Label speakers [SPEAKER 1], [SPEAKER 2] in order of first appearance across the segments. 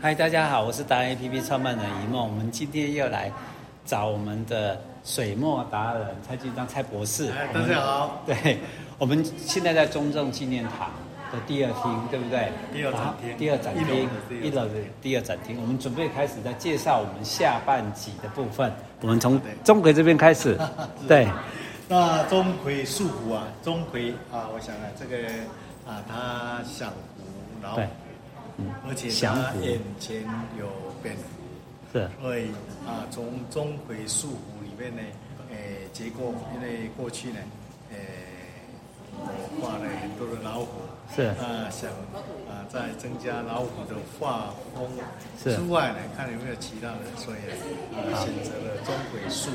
[SPEAKER 1] 嗨，大家好，我是达人 APP 创办人一梦，我们今天又来找我们的水墨达人蔡俊章蔡博士。
[SPEAKER 2] 哎，大家好，
[SPEAKER 1] 对，我们现在在中正纪念堂的第二厅，对不对？
[SPEAKER 2] 第二展厅
[SPEAKER 1] 然后第二展厅，一
[SPEAKER 2] 一
[SPEAKER 1] 楼
[SPEAKER 2] 楼的第二展厅
[SPEAKER 1] 的第二展厅，我们准备开始在介绍我们下半集的部分。我们从
[SPEAKER 2] 对
[SPEAKER 1] 钟馗这边开 始
[SPEAKER 2] 是，
[SPEAKER 1] 对，
[SPEAKER 2] 那钟馗树虎啊，钟馗啊，我想啊，这个啊，他享福，然后
[SPEAKER 1] 对，
[SPEAKER 2] 而且
[SPEAKER 1] 享
[SPEAKER 2] 他
[SPEAKER 1] 福
[SPEAKER 2] 眼前有蝙蝠，
[SPEAKER 1] 是，
[SPEAKER 2] 所以啊，从钟馗树虎里面呢，诶，结果因为过去呢，诶，我画了很多的老虎，
[SPEAKER 1] 是
[SPEAKER 2] 啊，想啊，再增加老虎的画风
[SPEAKER 1] 是
[SPEAKER 2] 之外呢，看有没有其他的，所以呢啊，选择了钟馗树。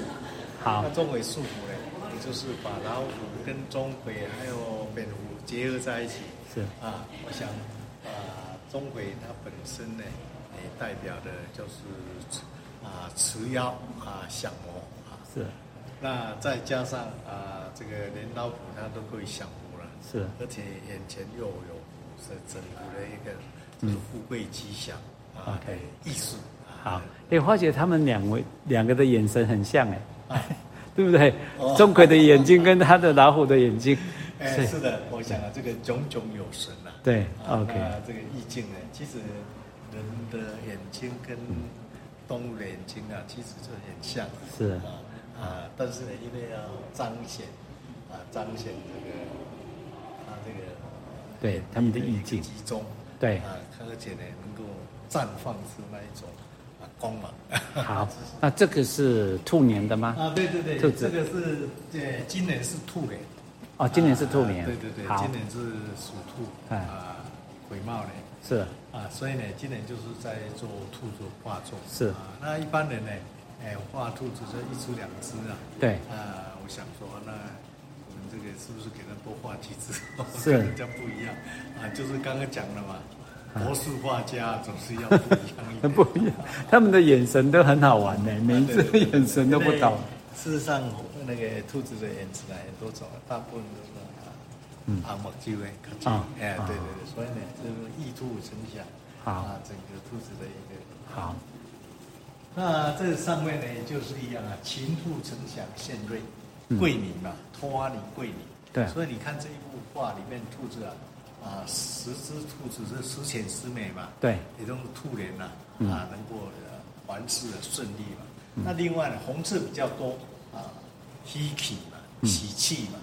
[SPEAKER 1] 好
[SPEAKER 2] 那，钟馗束缚呢，也就是把老虎跟钟馗还有蝙蝠结合在一起。
[SPEAKER 1] 是
[SPEAKER 2] 啊，我想啊，钟馗它本身呢，也代表的就是啊持妖啊降魔啊。
[SPEAKER 1] 是，
[SPEAKER 2] 那再加上啊，这个连老虎它都可以降服了，
[SPEAKER 1] 是
[SPEAKER 2] 而且眼前又有是整幅的一个就是富贵吉祥、啊
[SPEAKER 1] 嗯 OK
[SPEAKER 2] 艺术啊
[SPEAKER 1] 好。哎、我发觉他们两位两个的眼神很像，哎
[SPEAKER 2] 啊，
[SPEAKER 1] 对不对
[SPEAKER 2] 哦？
[SPEAKER 1] 钟馗的眼睛跟他的老虎的眼 睛，
[SPEAKER 2] 哎，是的，我想啊，这个炯炯有神啊。
[SPEAKER 1] 对
[SPEAKER 2] 啊
[SPEAKER 1] OK
[SPEAKER 2] 那这个意境呢，其实人的眼睛跟动物的眼睛啊，其实是很像的。
[SPEAKER 1] 是
[SPEAKER 2] 啊啊，但是呢，因为要彰显啊，彰显这个啊这个
[SPEAKER 1] 对他们的意境
[SPEAKER 2] 集中，
[SPEAKER 1] 对
[SPEAKER 2] 啊，而且呢，能够绽放出那一种啊光芒。
[SPEAKER 1] 好，那这个是兔年的吗？
[SPEAKER 2] 啊，对对对，
[SPEAKER 1] 兔子
[SPEAKER 2] 这个是对，今年是兔年。
[SPEAKER 1] 哦，今年是兔年，
[SPEAKER 2] 啊对对对，
[SPEAKER 1] 好
[SPEAKER 2] 今，年是属兔，
[SPEAKER 1] 哎
[SPEAKER 2] 啊，癸卯年，
[SPEAKER 1] 是
[SPEAKER 2] 啊，所以呢，今年就是在做兔子画作，
[SPEAKER 1] 是
[SPEAKER 2] 啊，那一般人呢，哎，画兔子就一只两只啊，
[SPEAKER 1] 对
[SPEAKER 2] 啊，我想说那。我们这个是不是给他多画几只？
[SPEAKER 1] 是
[SPEAKER 2] 跟人家不一样啊，就是刚刚讲了嘛，国术画家总是要不一样一点。
[SPEAKER 1] 啊 不一样，他们的眼神都很好玩呢，每一
[SPEAKER 2] 对
[SPEAKER 1] 次
[SPEAKER 2] 对
[SPEAKER 1] 的
[SPEAKER 2] 啊对
[SPEAKER 1] 眼神都不
[SPEAKER 2] 因为
[SPEAKER 1] 同，
[SPEAKER 2] 事实上，那个兔子的眼神啊，很多种，大部分都是啊，啊，目睭诶，眼睛
[SPEAKER 1] 啊
[SPEAKER 2] 哎，
[SPEAKER 1] 啊
[SPEAKER 2] 对对对，所以呢，就是异兔成祥，
[SPEAKER 1] 好
[SPEAKER 2] 啊，整个兔子的一个。
[SPEAKER 1] 好，
[SPEAKER 2] 那这上面呢，就是一样啊，禽兔成祥，献瑞
[SPEAKER 1] 嗯，
[SPEAKER 2] 桂林嘛，托阿尼桂林。
[SPEAKER 1] 对
[SPEAKER 2] 所以你看这一幅画里面，兔子啊，啊，十只兔子是十全十美嘛。
[SPEAKER 1] 对，
[SPEAKER 2] 也都是兔年呐、啊，
[SPEAKER 1] 嗯
[SPEAKER 2] 能够呃完事的顺利嘛。那另外呢，红字比较多啊，喜气嘛，
[SPEAKER 1] 嗯
[SPEAKER 2] 喜气嘛，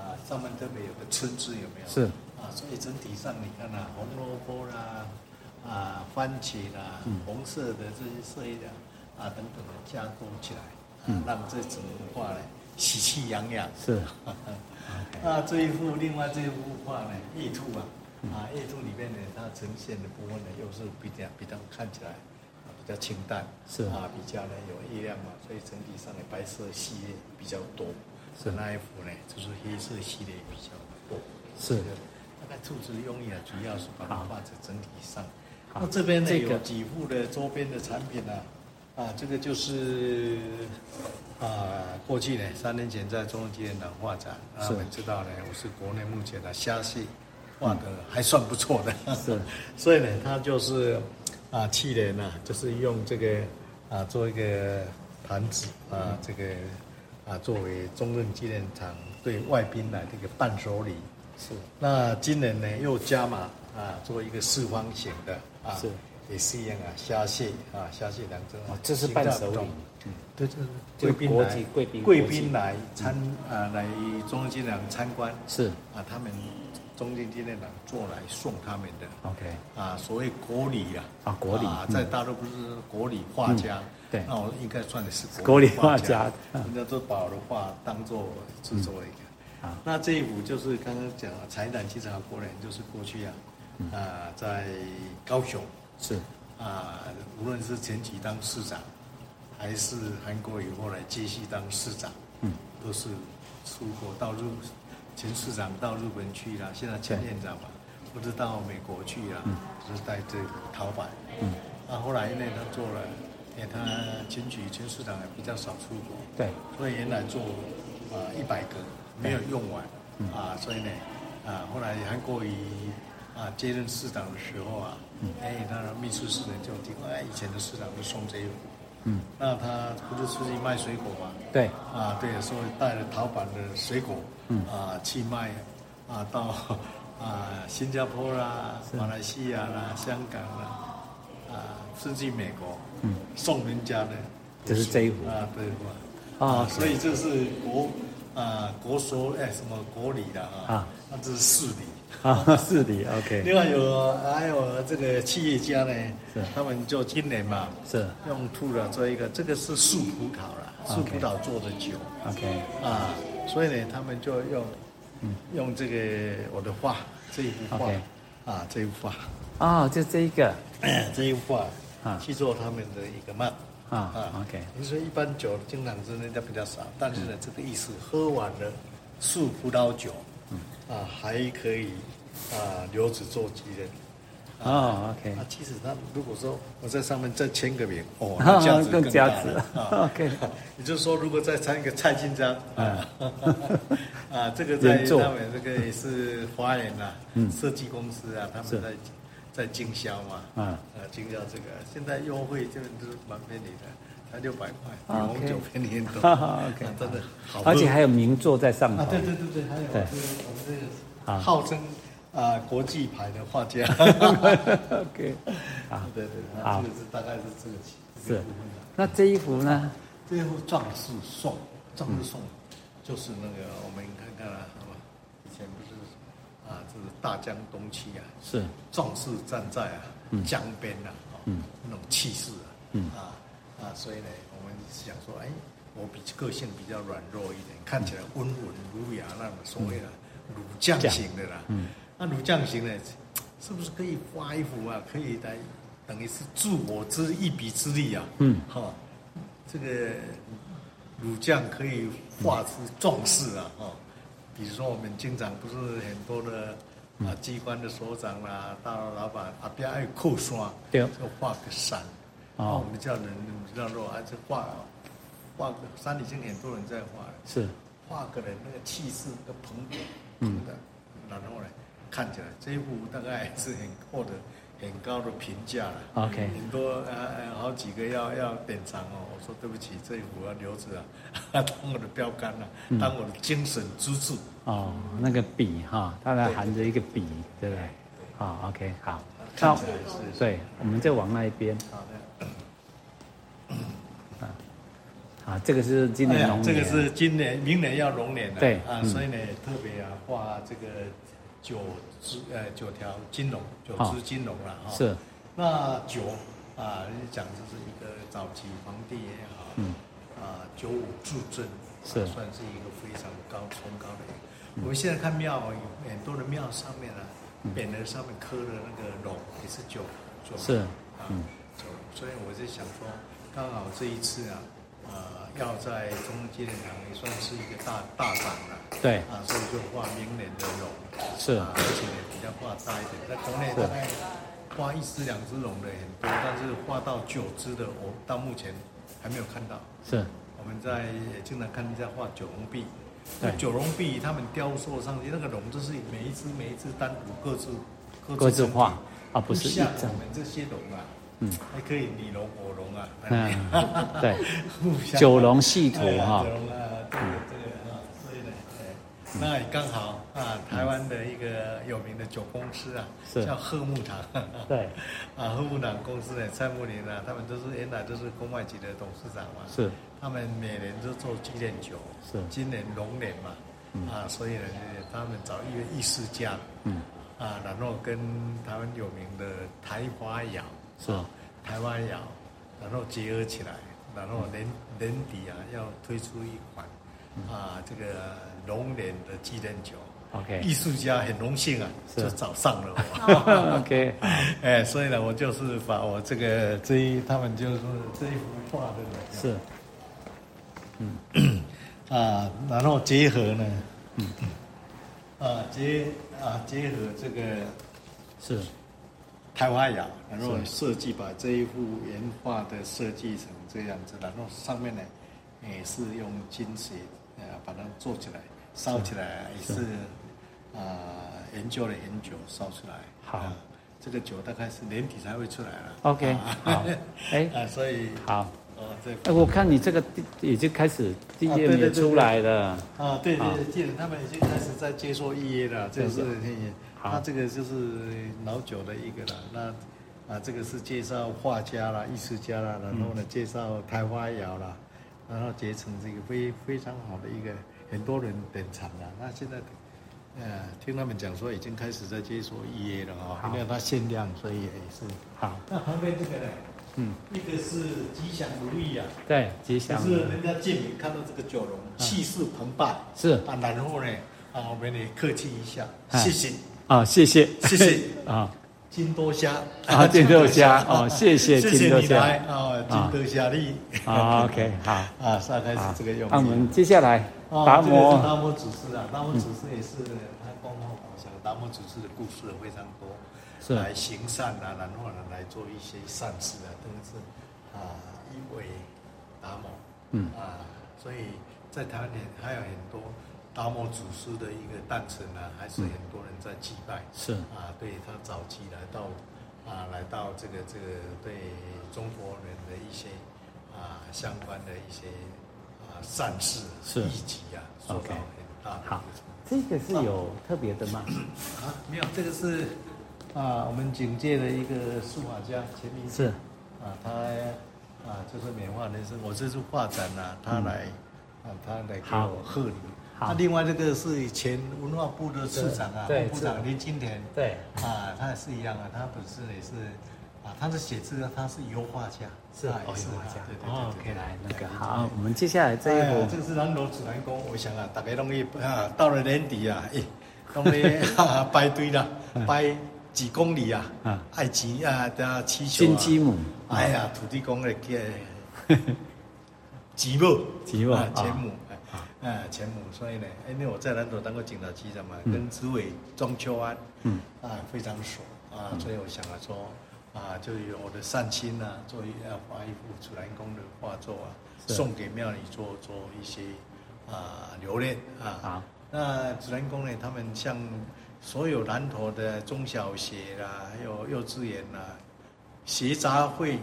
[SPEAKER 2] 啊，上面特别有个春字，有没有？
[SPEAKER 1] 是
[SPEAKER 2] 啊，所以整体上你看啊，红萝卜啦，啊，番茄啦，
[SPEAKER 1] 嗯
[SPEAKER 2] 红色的这些色的啊等等的加工起来，啊
[SPEAKER 1] 嗯
[SPEAKER 2] 让这整幅画呢喜气洋洋。
[SPEAKER 1] 是
[SPEAKER 2] 那这一幅，另外这一幅画呢，《夜兔》啊，啊，《夜兔》里面呢，它呈现的部分呢，又是比较比较看起来啊比较清淡，
[SPEAKER 1] 是
[SPEAKER 2] 啊，比较呢有月亮嘛，所以整体上的白色系列比较多。
[SPEAKER 1] 是
[SPEAKER 2] 那一幅呢，就是黑色系列比较多。
[SPEAKER 1] 是
[SPEAKER 2] 那个兔子用意啊，主要是把它
[SPEAKER 1] 好
[SPEAKER 2] 画在整体上。
[SPEAKER 1] 好
[SPEAKER 2] 那这边呢
[SPEAKER 1] 这个
[SPEAKER 2] 有几幅的周边的产品呢、啊，这个就是啊，过去呢三年前在中央纪念堂画展，啊，
[SPEAKER 1] 是
[SPEAKER 2] 我们知道呢，我是国内目前的虾戏画的还算不错的，
[SPEAKER 1] 嗯是，
[SPEAKER 2] 所以呢，它就是啊，去年呢、就是用这个啊做一个盘子
[SPEAKER 1] 嗯
[SPEAKER 2] 啊，这个啊作为中正纪念堂对外宾来的一个伴手礼。
[SPEAKER 1] 是
[SPEAKER 2] 那今年呢又加码啊，做一个四方形的啊，
[SPEAKER 1] 是
[SPEAKER 2] 也是一样啊，虾蟹啊，虾蟹两只
[SPEAKER 1] 哦，这是伴手礼，嗯
[SPEAKER 2] 对，这是
[SPEAKER 1] 这个
[SPEAKER 2] 贵宾
[SPEAKER 1] 国
[SPEAKER 2] 来
[SPEAKER 1] 际贵宾
[SPEAKER 2] 贵
[SPEAKER 1] 国际
[SPEAKER 2] 宾来参啊来中正纪念堂参观
[SPEAKER 1] 是
[SPEAKER 2] 啊，他们中正纪念堂做来送他们的。
[SPEAKER 1] ，OK，
[SPEAKER 2] 啊，所谓国礼啊，
[SPEAKER 1] 啊国礼
[SPEAKER 2] 啊，
[SPEAKER 1] 嗯
[SPEAKER 2] 在大陆不是国礼画家，
[SPEAKER 1] 对
[SPEAKER 2] 那我应该算的是
[SPEAKER 1] 国礼画
[SPEAKER 2] 画
[SPEAKER 1] 家嗯
[SPEAKER 2] 人家都把我的画当做制作一个。
[SPEAKER 1] 嗯好
[SPEAKER 2] 那这一幅就是刚刚讲的财产稽查国人，就是过去啊，
[SPEAKER 1] 嗯
[SPEAKER 2] 啊，在高雄
[SPEAKER 1] 是
[SPEAKER 2] 啊，无论是前期当市长，还是韩国瑜后来接续当市长，
[SPEAKER 1] 嗯，
[SPEAKER 2] 都是出国到日前市长到日本去啦，现在前院长嘛，或者到美国去啦，就是带这个陶板，嗯，那、后来因为他做了，因为他前局前市长也比较少出国，
[SPEAKER 1] 对，
[SPEAKER 2] 所以原来做呃啊一百个没有用完，啊，所以呢，啊后来韩国瑜啊接任市长的时候啊，哎、那秘书室人就有听过，哎，以前的市长是宋哲勇，
[SPEAKER 1] 嗯，
[SPEAKER 2] 那他不是出去卖水果吗？
[SPEAKER 1] 对，
[SPEAKER 2] 啊，对，所以带了陶板的水果，嗯，啊，去卖，啊，到啊新加坡啦、马来西亚啦、香港啦，啊，甚至美国，嗯，送人家的，
[SPEAKER 1] 就是这一壶
[SPEAKER 2] 啊，对吧？
[SPEAKER 1] 啊
[SPEAKER 2] 啊，所以这是国啊国说哎什么国礼的
[SPEAKER 1] 啊
[SPEAKER 2] 啊，那这是事礼。
[SPEAKER 1] 啊，是的，OK，
[SPEAKER 2] 另外有还有这个企业家呢
[SPEAKER 1] 是，
[SPEAKER 2] 他们就今年嘛，
[SPEAKER 1] 是
[SPEAKER 2] 用吐了做一个，这个是树葡萄啦，树
[SPEAKER 1] OK
[SPEAKER 2] 葡萄做的酒。
[SPEAKER 1] OK，
[SPEAKER 2] 啊，所以呢，他们就用、用这个我的画这一幅画
[SPEAKER 1] 嗯 OK
[SPEAKER 2] 啊，这一幅画，
[SPEAKER 1] 哦，就这一个，
[SPEAKER 2] 这一幅画
[SPEAKER 1] 啊
[SPEAKER 2] 去做他们的一个梦
[SPEAKER 1] 啊 OK
[SPEAKER 2] 你说一般酒经常是人家比较少，但是呢，这个意思喝完了素葡萄酒，
[SPEAKER 1] 嗯
[SPEAKER 2] 啊，还可以啊留子做继任。
[SPEAKER 1] 哦，OK，
[SPEAKER 2] 啊，其实他如果说我在上面再签个名， 哦，
[SPEAKER 1] 啊
[SPEAKER 2] 那价值
[SPEAKER 1] 更
[SPEAKER 2] 更
[SPEAKER 1] 加
[SPEAKER 2] 大
[SPEAKER 1] 值
[SPEAKER 2] 了。啊
[SPEAKER 1] OK 嗯
[SPEAKER 2] 也就是说，如果再参一个蔡金章，啊， 啊，这个在
[SPEAKER 1] 人做
[SPEAKER 2] 他们这个也是花园呐、
[SPEAKER 1] 嗯
[SPEAKER 2] 设计公司啊，他们在在经销嘛，
[SPEAKER 1] 嗯
[SPEAKER 2] 啊，经销这个现在优惠就是蛮便宜的，才六百块，
[SPEAKER 1] 啊
[SPEAKER 2] 比红
[SPEAKER 1] OK
[SPEAKER 2] 酒便宜很多。
[SPEAKER 1] OK
[SPEAKER 2] 啊真的好喝，
[SPEAKER 1] 而且还有名作在上
[SPEAKER 2] 啊，
[SPEAKER 1] 头
[SPEAKER 2] 对，对对对，还有
[SPEAKER 1] 对
[SPEAKER 2] 这个我们这
[SPEAKER 1] 好
[SPEAKER 2] 个号称啊国际牌的画 家。
[SPEAKER 1] OK，啊，
[SPEAKER 2] 对对，对
[SPEAKER 1] 好
[SPEAKER 2] 它这个是大概是这个起这个
[SPEAKER 1] 是
[SPEAKER 2] 部分的。，
[SPEAKER 1] 那这一幅呢？
[SPEAKER 2] 最后壮士颂，壮士颂
[SPEAKER 1] 嗯
[SPEAKER 2] 就是那个我们看看啊，好吧，以前不是啊，这是大江东去啊，
[SPEAKER 1] 是
[SPEAKER 2] 壮士站在啊江边啊，嗯，那种气势啊，嗯啊啊，所以呢，我们想说，哎，我比个性比较软弱一点，看起来温文儒雅那种所谓的儒将型的啦，嗯，那儒将型呢，是不是可以画一幅啊？可以来等于是助我之一臂之力啊，嗯，好、这个儒将可以化之壮士啊，哈、比如说我们经常不是很多的啊，机关的所长啦、大楼老板啊，不要爱扣山，
[SPEAKER 1] 对
[SPEAKER 2] 就画个山。
[SPEAKER 1] 哦
[SPEAKER 2] 啊，我们叫人你知道说，啊，就画画个山，已经很多人在画了，
[SPEAKER 1] 是
[SPEAKER 2] 画个人那个气势那个蓬勃，嗯，然后呢，看起来这一幅大概是很获得很高的评价了。
[SPEAKER 1] OK
[SPEAKER 2] 很多呃呃好几个要要典藏哦，我说对不起，这一幅要留着啊， 当我的标杆了、
[SPEAKER 1] 嗯
[SPEAKER 2] 当我的精神支柱。
[SPEAKER 1] 哦，那个笔哈，它还含着一个笔，对不对？好，OK，好，
[SPEAKER 2] 啊看起来是
[SPEAKER 1] 对，我们就往那一边
[SPEAKER 2] 好的。
[SPEAKER 1] 啊，这个是今年
[SPEAKER 2] 哎呀
[SPEAKER 1] 龙年，
[SPEAKER 2] 这个是今年、明年要龙年了，
[SPEAKER 1] 对
[SPEAKER 2] 啊，
[SPEAKER 1] 嗯
[SPEAKER 2] 所以呢，特别啊，画这个九只呃九条金龙，九
[SPEAKER 1] 好
[SPEAKER 2] 只金龙了哈。
[SPEAKER 1] 是
[SPEAKER 2] 那九啊，讲这是一个早期皇帝也好，嗯，啊，九五助阵
[SPEAKER 1] 是
[SPEAKER 2] 啊算是一个非常高崇高的一个。我们现在看庙，很多的庙上面啊，
[SPEAKER 1] 嗯
[SPEAKER 2] 匾额上面刻的那个龙也是九九
[SPEAKER 1] 是嗯
[SPEAKER 2] 啊，九龙。所以我就想说，刚好这一次啊，呃，要在中央纪念堂也算是一个大大展了、
[SPEAKER 1] 对
[SPEAKER 2] 啊，所以就画明年的龙。
[SPEAKER 1] 是
[SPEAKER 2] 啊，而且呢比较画大一点，在国内大概画一只两只龙的很多，但是画到九只的，我到目前还没有看到。
[SPEAKER 1] 是
[SPEAKER 2] 我们在也经常看人家画九龙壁，
[SPEAKER 1] 对
[SPEAKER 2] 那九龙壁他们雕塑上去那个龙，就是每一只每一只单独各自
[SPEAKER 1] 各自
[SPEAKER 2] 身体
[SPEAKER 1] 画啊，不是一
[SPEAKER 2] 像
[SPEAKER 1] 张
[SPEAKER 2] 我，们这些龙啊，
[SPEAKER 1] 嗯，
[SPEAKER 2] 还可以你龙我龙啊，
[SPEAKER 1] 嗯，对，
[SPEAKER 2] 互相
[SPEAKER 1] 九龙戏图
[SPEAKER 2] 哎呀
[SPEAKER 1] 哈
[SPEAKER 2] 九龙啊，这个这个啊，所以呢，哎那也刚好啊，台湾的一个有名的酒公司啊，
[SPEAKER 1] 是
[SPEAKER 2] 叫贺木堂，
[SPEAKER 1] 对，
[SPEAKER 2] 啊，贺木堂公司呢，蔡木林啊，他们都是原来都是公外籍的董事长嘛，
[SPEAKER 1] 是，
[SPEAKER 2] 他们每年都做纪念酒，
[SPEAKER 1] 是嗯
[SPEAKER 2] 今年龙年嘛，啊，所以呢，他们找一个艺术家，嗯，啊，然后跟台湾有名的台华窑，
[SPEAKER 1] 是
[SPEAKER 2] 啊台湾窑，然后结合起来，然后年年底啊要推出一款
[SPEAKER 1] 嗯
[SPEAKER 2] 啊这个龙年的纪念酒。
[SPEAKER 1] OK
[SPEAKER 2] 艺术家很荣幸啊，
[SPEAKER 1] 是哦
[SPEAKER 2] 就找上了 我。
[SPEAKER 1] OK，
[SPEAKER 2] 哎，所以呢，我就是把我这个这一他们就是这一幅画的人啊
[SPEAKER 1] 是
[SPEAKER 2] 啊，然后结合呢，
[SPEAKER 1] 嗯
[SPEAKER 2] 啊结啊结合这个
[SPEAKER 1] 是
[SPEAKER 2] 台湾窑，然后设计把这一幅原画的设计成这样子，然后上面呢也是用金水呃把它做起来，烧起来也是啊研究了很久，烧出来。
[SPEAKER 1] 好
[SPEAKER 2] 啊这个酒大概是年底才会出来了。
[SPEAKER 1] OK，
[SPEAKER 2] 啊
[SPEAKER 1] 好哎
[SPEAKER 2] 啊，所以
[SPEAKER 1] 好，
[SPEAKER 2] 哦，这
[SPEAKER 1] 哎，我看你这个第已经开始第一
[SPEAKER 2] 啊
[SPEAKER 1] 页
[SPEAKER 2] 对对
[SPEAKER 1] 也
[SPEAKER 2] 对对
[SPEAKER 1] 出来了，
[SPEAKER 2] 啊，对
[SPEAKER 1] 啊
[SPEAKER 2] 对，记得他们已经开始在接受预约了，这个是
[SPEAKER 1] 好
[SPEAKER 2] 他这个就是老酒的一个了。那啊，这个是介绍画家啦、艺术家啦，然
[SPEAKER 1] 嗯
[SPEAKER 2] 后呢介绍台花窑啦，然后结成这个非非常好的一个，很多人等产了。那现在，呃，听他们讲说已经开始在接受预约了啊、因为它限量，所以也是。
[SPEAKER 1] 好，
[SPEAKER 2] 那旁边这个呢？
[SPEAKER 1] 嗯，
[SPEAKER 2] 一个是吉祥如意啊，
[SPEAKER 1] 对，吉
[SPEAKER 2] 就
[SPEAKER 1] 祥嗯
[SPEAKER 2] 是人家建民看到这个九龙，气势澎湃。
[SPEAKER 1] 是
[SPEAKER 2] 啊，然后呢，啊，我们也客气一下，
[SPEAKER 1] 哎
[SPEAKER 2] 谢谢，
[SPEAKER 1] 啊，谢谢，
[SPEAKER 2] 谢谢
[SPEAKER 1] 啊。
[SPEAKER 2] 金多虾
[SPEAKER 1] 啊金多虾 哦谢谢
[SPEAKER 2] 谢
[SPEAKER 1] 金
[SPEAKER 2] 谢
[SPEAKER 1] 多
[SPEAKER 2] 你
[SPEAKER 1] 虾
[SPEAKER 2] 来啊，金多虾粒
[SPEAKER 1] 啊，OK，好，
[SPEAKER 2] 啊，大概是
[SPEAKER 1] 好
[SPEAKER 2] 这个用意。
[SPEAKER 1] 那我们接下来
[SPEAKER 2] 啊
[SPEAKER 1] 达
[SPEAKER 2] 这个
[SPEAKER 1] 摩
[SPEAKER 2] 是达摩祖师啊，达摩祖师也是他光头宝想达摩祖师的故事非常多，
[SPEAKER 1] 是
[SPEAKER 2] 来行善啊，然后呢来做一些善事啊，都是啊一为达摩，
[SPEAKER 1] 嗯
[SPEAKER 2] 啊，所以在台湾也还有很多达摩祖师的一个诞辰啊，还是很多人在祭拜，
[SPEAKER 1] 是
[SPEAKER 2] 啊，对他早期来到啊，来到这个这个对中国人的一些啊相关的一些啊善事
[SPEAKER 1] 是
[SPEAKER 2] 义举啊，受到
[SPEAKER 1] OK
[SPEAKER 2] 很大的
[SPEAKER 1] 好，这个是有特别的吗？
[SPEAKER 2] 啊，没有，这个是啊，我们警界的一个书法家钱明
[SPEAKER 1] 是
[SPEAKER 2] 啊，他啊就是美化人生，我这次画展啊，他来、啊，他来给
[SPEAKER 1] 嗯好
[SPEAKER 2] 我贺礼。
[SPEAKER 1] 好
[SPEAKER 2] 啊，另外这个是前文化部的市长啊，
[SPEAKER 1] 对
[SPEAKER 2] 部长
[SPEAKER 1] 是
[SPEAKER 2] 林金田，
[SPEAKER 1] 对，
[SPEAKER 2] 啊，他也是一样啊，他本身也是啊，他是写字啊，他是油画家，啊也是啊对对对
[SPEAKER 1] 哦
[SPEAKER 2] 对
[SPEAKER 1] ，OK，来那个
[SPEAKER 2] 对
[SPEAKER 1] 好，我们接下来这
[SPEAKER 2] 哎呀
[SPEAKER 1] 一幅
[SPEAKER 2] 这个是南楼指南宫，我想啊，大家拢去啊，到了年底啊， 哎，拢咧啊排队 啦，
[SPEAKER 1] 嗯
[SPEAKER 2] 排几公里啊
[SPEAKER 1] 啊，
[SPEAKER 2] 爱情啊，啊，祈求啊
[SPEAKER 1] 金鸡母，
[SPEAKER 2] 哎呀，土地 公的个吉母，
[SPEAKER 1] 吉母
[SPEAKER 2] 啊，
[SPEAKER 1] 啊
[SPEAKER 2] 前母，哎啊，前母，所以呢，因为我在南投当过警察局长嘛，跟紫伟、庄秋安，
[SPEAKER 1] 嗯，
[SPEAKER 2] 啊，非常熟啊，所以我想啊说，啊，就有我的善心呐、啊，做一要画一幅楚南宫的画作啊，
[SPEAKER 1] 是
[SPEAKER 2] 送给庙里做做一些啊留念啊。
[SPEAKER 1] 好
[SPEAKER 2] 那指南宫呢，他们像所有南投的中小学啦，还有幼稚园啦，学杂会、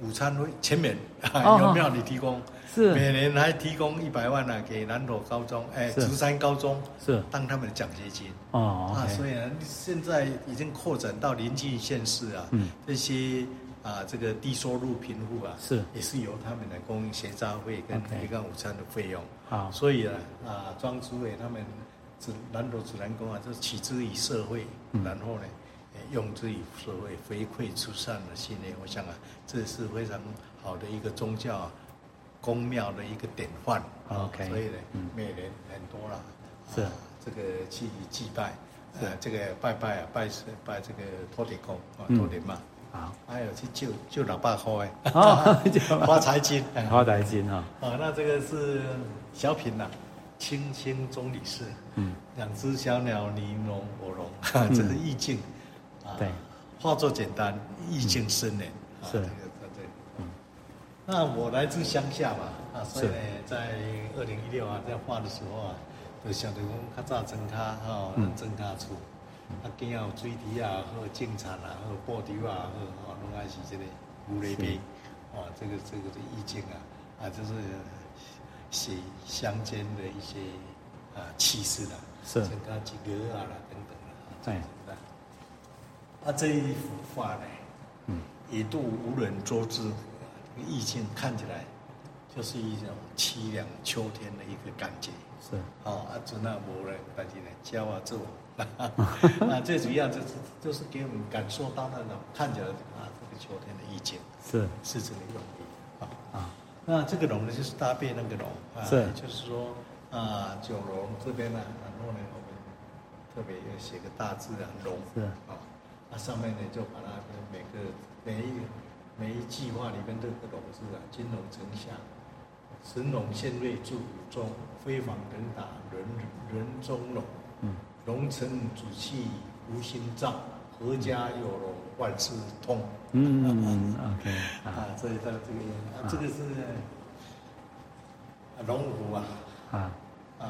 [SPEAKER 2] 午餐会全免，
[SPEAKER 1] 哦
[SPEAKER 2] 啊，由庙里提供。
[SPEAKER 1] 是
[SPEAKER 2] 每年还提供一百万呢、啊，给南投高中，哎，
[SPEAKER 1] 是
[SPEAKER 2] 竹山高中
[SPEAKER 1] 是
[SPEAKER 2] 当他们的奖学金。
[SPEAKER 1] 哦
[SPEAKER 2] 啊，所
[SPEAKER 1] ，OK，
[SPEAKER 2] 以呢，现在已经扩展到邻近县市啊，
[SPEAKER 1] 嗯
[SPEAKER 2] 这些啊，这个低收入贫户啊，
[SPEAKER 1] 是
[SPEAKER 2] 也是由他们来供应学杂费跟
[SPEAKER 1] OK
[SPEAKER 2] 一个午餐的费用。
[SPEAKER 1] 好
[SPEAKER 2] 所以啊，啊，庄主委他们指南投指南宫啊，就是取之于社会，
[SPEAKER 1] 嗯
[SPEAKER 2] 然后呢，呃用之于社会，回馈出善的信念。我想啊，这是非常好的一个宗教、啊、公庙的一个典范。啊
[SPEAKER 1] OK
[SPEAKER 2] 所以呢
[SPEAKER 1] 嗯，
[SPEAKER 2] 每年很多啦。
[SPEAKER 1] 是
[SPEAKER 2] 啊这个去祭拜，
[SPEAKER 1] 是
[SPEAKER 2] 呃，这个拜拜啊，拜神拜这个托底公啊，
[SPEAKER 1] 嗯
[SPEAKER 2] 托底嘛，
[SPEAKER 1] 好，
[SPEAKER 2] 还有去救救老爸花哎，
[SPEAKER 1] 哦 救老爸哦
[SPEAKER 2] 发财金。啊，
[SPEAKER 1] 好来金哈，
[SPEAKER 2] 那这个是小品呐，青青钟离事，
[SPEAKER 1] 嗯，
[SPEAKER 2] 两只小鸟你侬我侬， 哈这个意境，啊
[SPEAKER 1] 对，嗯
[SPEAKER 2] 化作简单，意境深远。啊
[SPEAKER 1] 是嗯
[SPEAKER 2] 这个在这里。那我来自乡下嘛，啊，所以呢，在二零一六啊，在画的时候啊，就想着讲较早种卡吼，
[SPEAKER 1] 嗯
[SPEAKER 2] 咱种卡厝，啊，今仔有水池啊，好种田啊，好布条啊，好吼，拢爱是这个牛奶饼，啊，这个这个的意境啊，啊，就是写乡间的一些啊气势啦，
[SPEAKER 1] 是
[SPEAKER 2] 种卡几个啊啦等等啦，啊
[SPEAKER 1] 对，
[SPEAKER 2] 这样子啊，这一幅画呢，
[SPEAKER 1] 嗯，
[SPEAKER 2] 一度无人捉之，这个意境看起来就是一种凄凉秋天的一个感觉。
[SPEAKER 1] 是
[SPEAKER 2] 哦，啊，准啊，无人，但是呢，教啊做，啊， 最主要就是就是给我们感受到那种看起来啊，这个秋天的意境
[SPEAKER 1] 是
[SPEAKER 2] 是这个用意啊。
[SPEAKER 1] 啊，
[SPEAKER 2] 那这个龙呢，就是搭配那个龙啊，
[SPEAKER 1] 是
[SPEAKER 2] 就是说啊，九龙这边呢、啊然后呢，我们特别要写个大字啊，龙
[SPEAKER 1] 是
[SPEAKER 2] 啊，那上面呢就把它每个每一每一计划里面都有个龙字啊，金龙呈祥，神龙献瑞助武中，飞访人打人人中龙，
[SPEAKER 1] 嗯，
[SPEAKER 2] 龙成主气无心照，阖家有龙万事通。
[SPEAKER 1] 嗯，OK，好，
[SPEAKER 2] 啊，所以它这个也啊，这个是啊龙虎啊，
[SPEAKER 1] 啊，
[SPEAKER 2] 啊啊，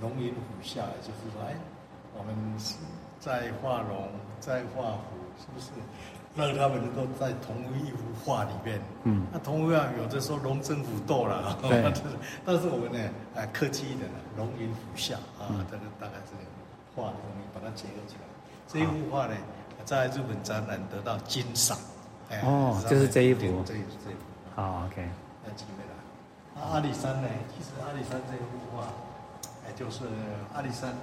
[SPEAKER 2] 龙吟虎啸，就是说，哎，我们在画龙，在画虎，是不是让他们能够在同一幅画里面？嗯，那同一幅画有的时候龙争虎斗了，
[SPEAKER 1] 对
[SPEAKER 2] 但是我们呢，啊，客气一点了，龙吟虎啸啊，
[SPEAKER 1] 嗯
[SPEAKER 2] 这个大概是画的东西，把它结合起来。这一幅画呢，在日本展览得到金赏。哎
[SPEAKER 1] 哦就是这一幅
[SPEAKER 2] 这一幅这一幅。
[SPEAKER 1] 好，OK，
[SPEAKER 2] 那几位啦。那阿里山呢？其实阿里山这一幅画，哎，就是阿里山。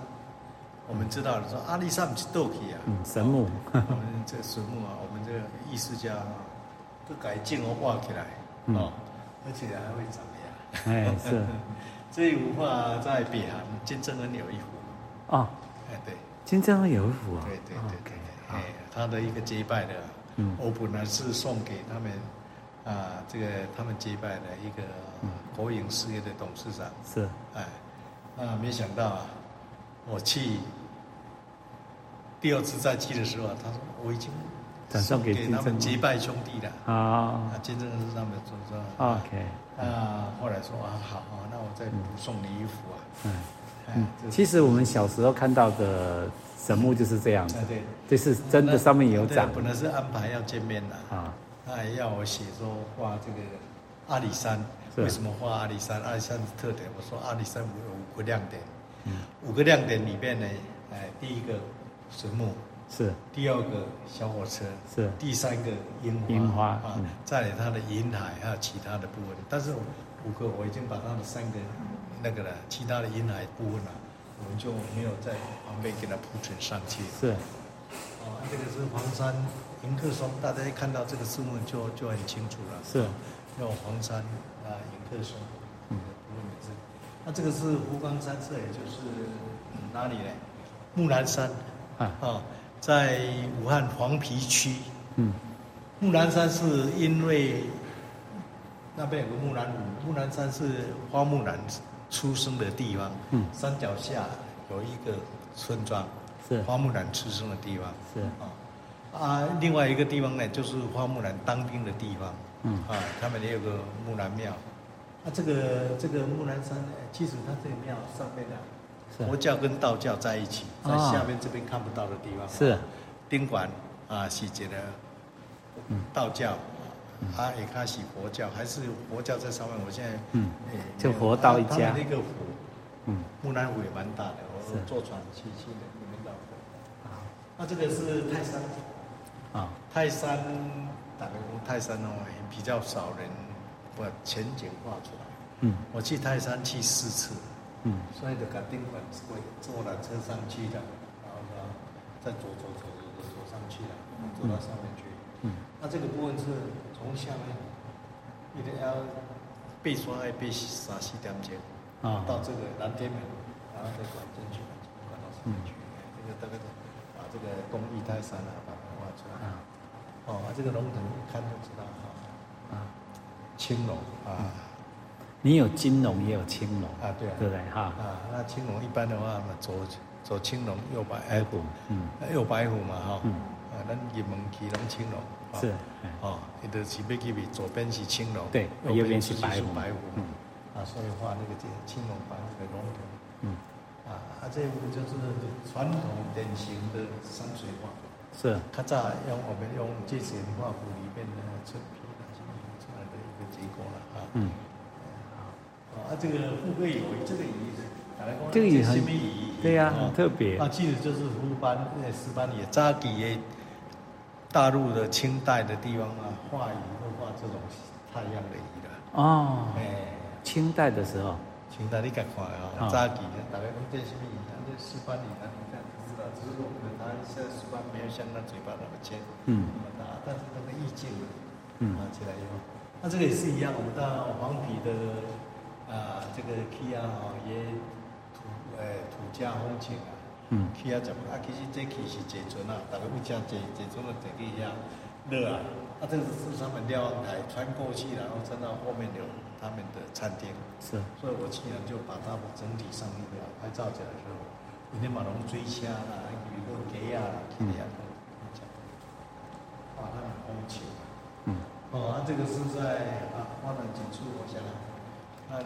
[SPEAKER 2] 我们知道了，说阿里山不是斗气啊，
[SPEAKER 1] 嗯，神木，
[SPEAKER 2] 我们这水木啊，我们这个艺术家啊，都改进和画起来，
[SPEAKER 1] 嗯
[SPEAKER 2] 哦，而且还会长牙。
[SPEAKER 1] 哎 是，
[SPEAKER 2] 这一幅画在北韩金正恩有一幅，
[SPEAKER 1] 哦，
[SPEAKER 2] 哎，对，
[SPEAKER 1] 金正恩有一幅啊，
[SPEAKER 2] 对对
[SPEAKER 1] 哦
[SPEAKER 2] 对
[SPEAKER 1] ，OK，，
[SPEAKER 2] 对
[SPEAKER 1] 好
[SPEAKER 2] 哎，他的一个结拜的，
[SPEAKER 1] 嗯
[SPEAKER 2] 我本来是送给他们，啊，这个他们结拜的一个
[SPEAKER 1] 嗯
[SPEAKER 2] 国营事业的董事长，
[SPEAKER 1] 是，
[SPEAKER 2] 哎，啊，没想到啊，我去第二次再去的时候啊，他说我已经
[SPEAKER 1] 转送给
[SPEAKER 2] 给他们
[SPEAKER 1] 金正
[SPEAKER 2] 结
[SPEAKER 1] 恩
[SPEAKER 2] 拜兄弟了，
[SPEAKER 1] 好
[SPEAKER 2] 啊，金正恩是他们所说，
[SPEAKER 1] ，OK，
[SPEAKER 2] 啊，后来说啊，好啊，那我再送你一幅啊，
[SPEAKER 1] 嗯
[SPEAKER 2] 哎
[SPEAKER 1] 嗯，，
[SPEAKER 2] 这
[SPEAKER 1] 其实我们小时候看到的神木就是这样子
[SPEAKER 2] 哎，对。
[SPEAKER 1] 就是真的上面有
[SPEAKER 2] 对啊
[SPEAKER 1] 长
[SPEAKER 2] 本来是安排要见面的，
[SPEAKER 1] 啊，
[SPEAKER 2] 那也要我写说画这个阿里山，
[SPEAKER 1] 是啊
[SPEAKER 2] 为什么画阿里山？阿里山是特点，我说阿里山有五个亮点，
[SPEAKER 1] 嗯
[SPEAKER 2] 五个亮点里面呢，哎，第一个水木，
[SPEAKER 1] 是
[SPEAKER 2] 第二个小火车，
[SPEAKER 1] 是
[SPEAKER 2] 第三个樱花，
[SPEAKER 1] 樱花
[SPEAKER 2] 啊
[SPEAKER 1] 嗯，
[SPEAKER 2] 再来它的银海还有其他的部分，但是我五个我已经把它的三个那个了，其他的银海部分了、我们就没有在旁边给它铺陈上去。
[SPEAKER 1] 是，
[SPEAKER 2] 哦，这个是黄山迎客松，大家一看到这个字幕就就很清楚了。
[SPEAKER 1] 是
[SPEAKER 2] 叫黄山啊，迎客松，嗯，不名字。那这个是湖光山色，也就是嗯哪里呢？木兰山
[SPEAKER 1] 啊
[SPEAKER 2] 啊，在武汉黄陂区。
[SPEAKER 1] 嗯
[SPEAKER 2] 木兰山是因为那边有个木兰湖，木兰山是花木兰出生的地方，
[SPEAKER 1] 嗯
[SPEAKER 2] 山脚下有一个村庄，
[SPEAKER 1] 是
[SPEAKER 2] 花木兰出生的地方，
[SPEAKER 1] 是
[SPEAKER 2] 啊啊，另外一个地方呢，就是花木兰当兵的地方，
[SPEAKER 1] 嗯
[SPEAKER 2] 啊，他们也有个木兰庙，啊，这个这个木兰山呢，其实它这个庙上面啊，
[SPEAKER 1] 是
[SPEAKER 2] 佛教跟道教在一起，在
[SPEAKER 1] 哦
[SPEAKER 2] 下面这边看不到的地方，
[SPEAKER 1] 是
[SPEAKER 2] 宾馆啊，是这个道教，啊，也开始佛教，还是佛教在上面。我现在
[SPEAKER 1] 嗯
[SPEAKER 2] 诶
[SPEAKER 1] 就佛道一家
[SPEAKER 2] 他们那个湖，
[SPEAKER 1] 嗯
[SPEAKER 2] 木兰湖也蛮大的，我
[SPEAKER 1] 是
[SPEAKER 2] 坐船去去的，你们到过。那这个是泰山，
[SPEAKER 1] 啊
[SPEAKER 2] 泰山打个工，泰山哦，也比较少人把全景画出来。
[SPEAKER 1] 嗯
[SPEAKER 2] 我去泰山去四次，
[SPEAKER 1] 嗯
[SPEAKER 2] 所以就赶宾馆坐坐缆车上去的，然后呢，再走走走走走走上去了，走到上面去。
[SPEAKER 1] 嗯
[SPEAKER 2] 那这个部分是从下面一定要背刷爱背三四点钟，
[SPEAKER 1] 啊
[SPEAKER 2] 到这个南天门，然后再转进去，转到上面去。这个大概是把这个东一泰山啊，把它画出来。
[SPEAKER 1] 啊
[SPEAKER 2] 哦，这个龙腾一看就知道啊，
[SPEAKER 1] 啊，
[SPEAKER 2] 青龙啊。
[SPEAKER 1] 嗯你有金龙也有青龙
[SPEAKER 2] 啊对啊
[SPEAKER 1] 对不对哈？
[SPEAKER 2] 啊，那青龙一般的话嘛，左左青龙，右白呃
[SPEAKER 1] 白虎，嗯
[SPEAKER 2] 右白虎嘛哈。
[SPEAKER 1] 嗯
[SPEAKER 2] 啊，咱入门去拢青龙。哦
[SPEAKER 1] 是嗯
[SPEAKER 2] 哦，伊就是要去比左边是青龙，
[SPEAKER 1] 对右边是白虎
[SPEAKER 2] 白虎。
[SPEAKER 1] 嗯
[SPEAKER 2] 啊，所以画那个这青龙白虎的龙头。
[SPEAKER 1] 嗯
[SPEAKER 2] 啊，啊，这幅就是传统典型的山水画。
[SPEAKER 1] 是
[SPEAKER 2] 较早用我们用这些画幅里面的成品啊，什么出来的一个结果了啊。
[SPEAKER 1] 嗯
[SPEAKER 2] 啊，这个富贵鱼，这个鱼，打来讲
[SPEAKER 1] 这个鱼很
[SPEAKER 2] 什么鱼？
[SPEAKER 1] 对呀
[SPEAKER 2] 哦
[SPEAKER 1] 很特别
[SPEAKER 2] 啊，其实就是湖班呃石斑鱼，扎底的大陆的清代的地方啊，画鱼都画这种太阳的鱼啦。
[SPEAKER 1] 哦，
[SPEAKER 2] 哎、
[SPEAKER 1] 清代的时候
[SPEAKER 2] 清代你敢看啊
[SPEAKER 1] 好？
[SPEAKER 2] 扎底的，大概讲这什么鱼啊？这石斑鱼啊，你看就知道，只是我们它现在石斑没有像那嘴巴那么尖，
[SPEAKER 1] 嗯
[SPEAKER 2] 那么大，但是那个意境啊。
[SPEAKER 1] 嗯
[SPEAKER 2] 啊，起来以后，那这个也是一样，我们到黄陂的啊、这个 K 啊，哦，也土呃土家风情啊，
[SPEAKER 1] 嗯
[SPEAKER 2] ，K 啊怎么啊？其实这 K 是坐船啊，大家不讲坐坐船啊，坐去遐热啊，啊，这个是他们瞭望台穿过去，然后站到后面有他们的餐厅，
[SPEAKER 1] 是
[SPEAKER 2] 所以我既然就把它整体上面的拍照起来之后，今天把龙追虾啦、鱼肉给啊、给啊，把它们风情。
[SPEAKER 1] 嗯
[SPEAKER 2] 哦，啊，这个是在啊花南几处，我想，啊，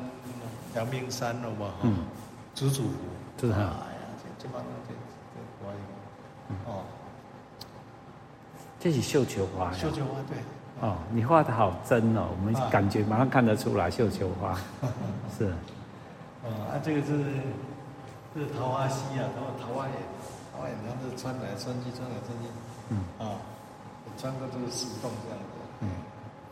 [SPEAKER 2] 阳明山了嘛，哈
[SPEAKER 1] 嗯，
[SPEAKER 2] 祖祖湖，
[SPEAKER 1] 是啊
[SPEAKER 2] 哎呀，这这帮东西，这哦，
[SPEAKER 1] 这是绣球哎花呀。
[SPEAKER 2] 绣球花啊对，
[SPEAKER 1] 哦，你画的好真哦，我们
[SPEAKER 2] 啊
[SPEAKER 1] 感觉马上看得出来绣球花。是，
[SPEAKER 2] 哦，啊，这个是这是桃花溪啊，然后桃花眼，桃花眼，然后就穿来穿去，穿来穿去，
[SPEAKER 1] 嗯，
[SPEAKER 2] 啊，我穿过这个树洞这样子，
[SPEAKER 1] 嗯，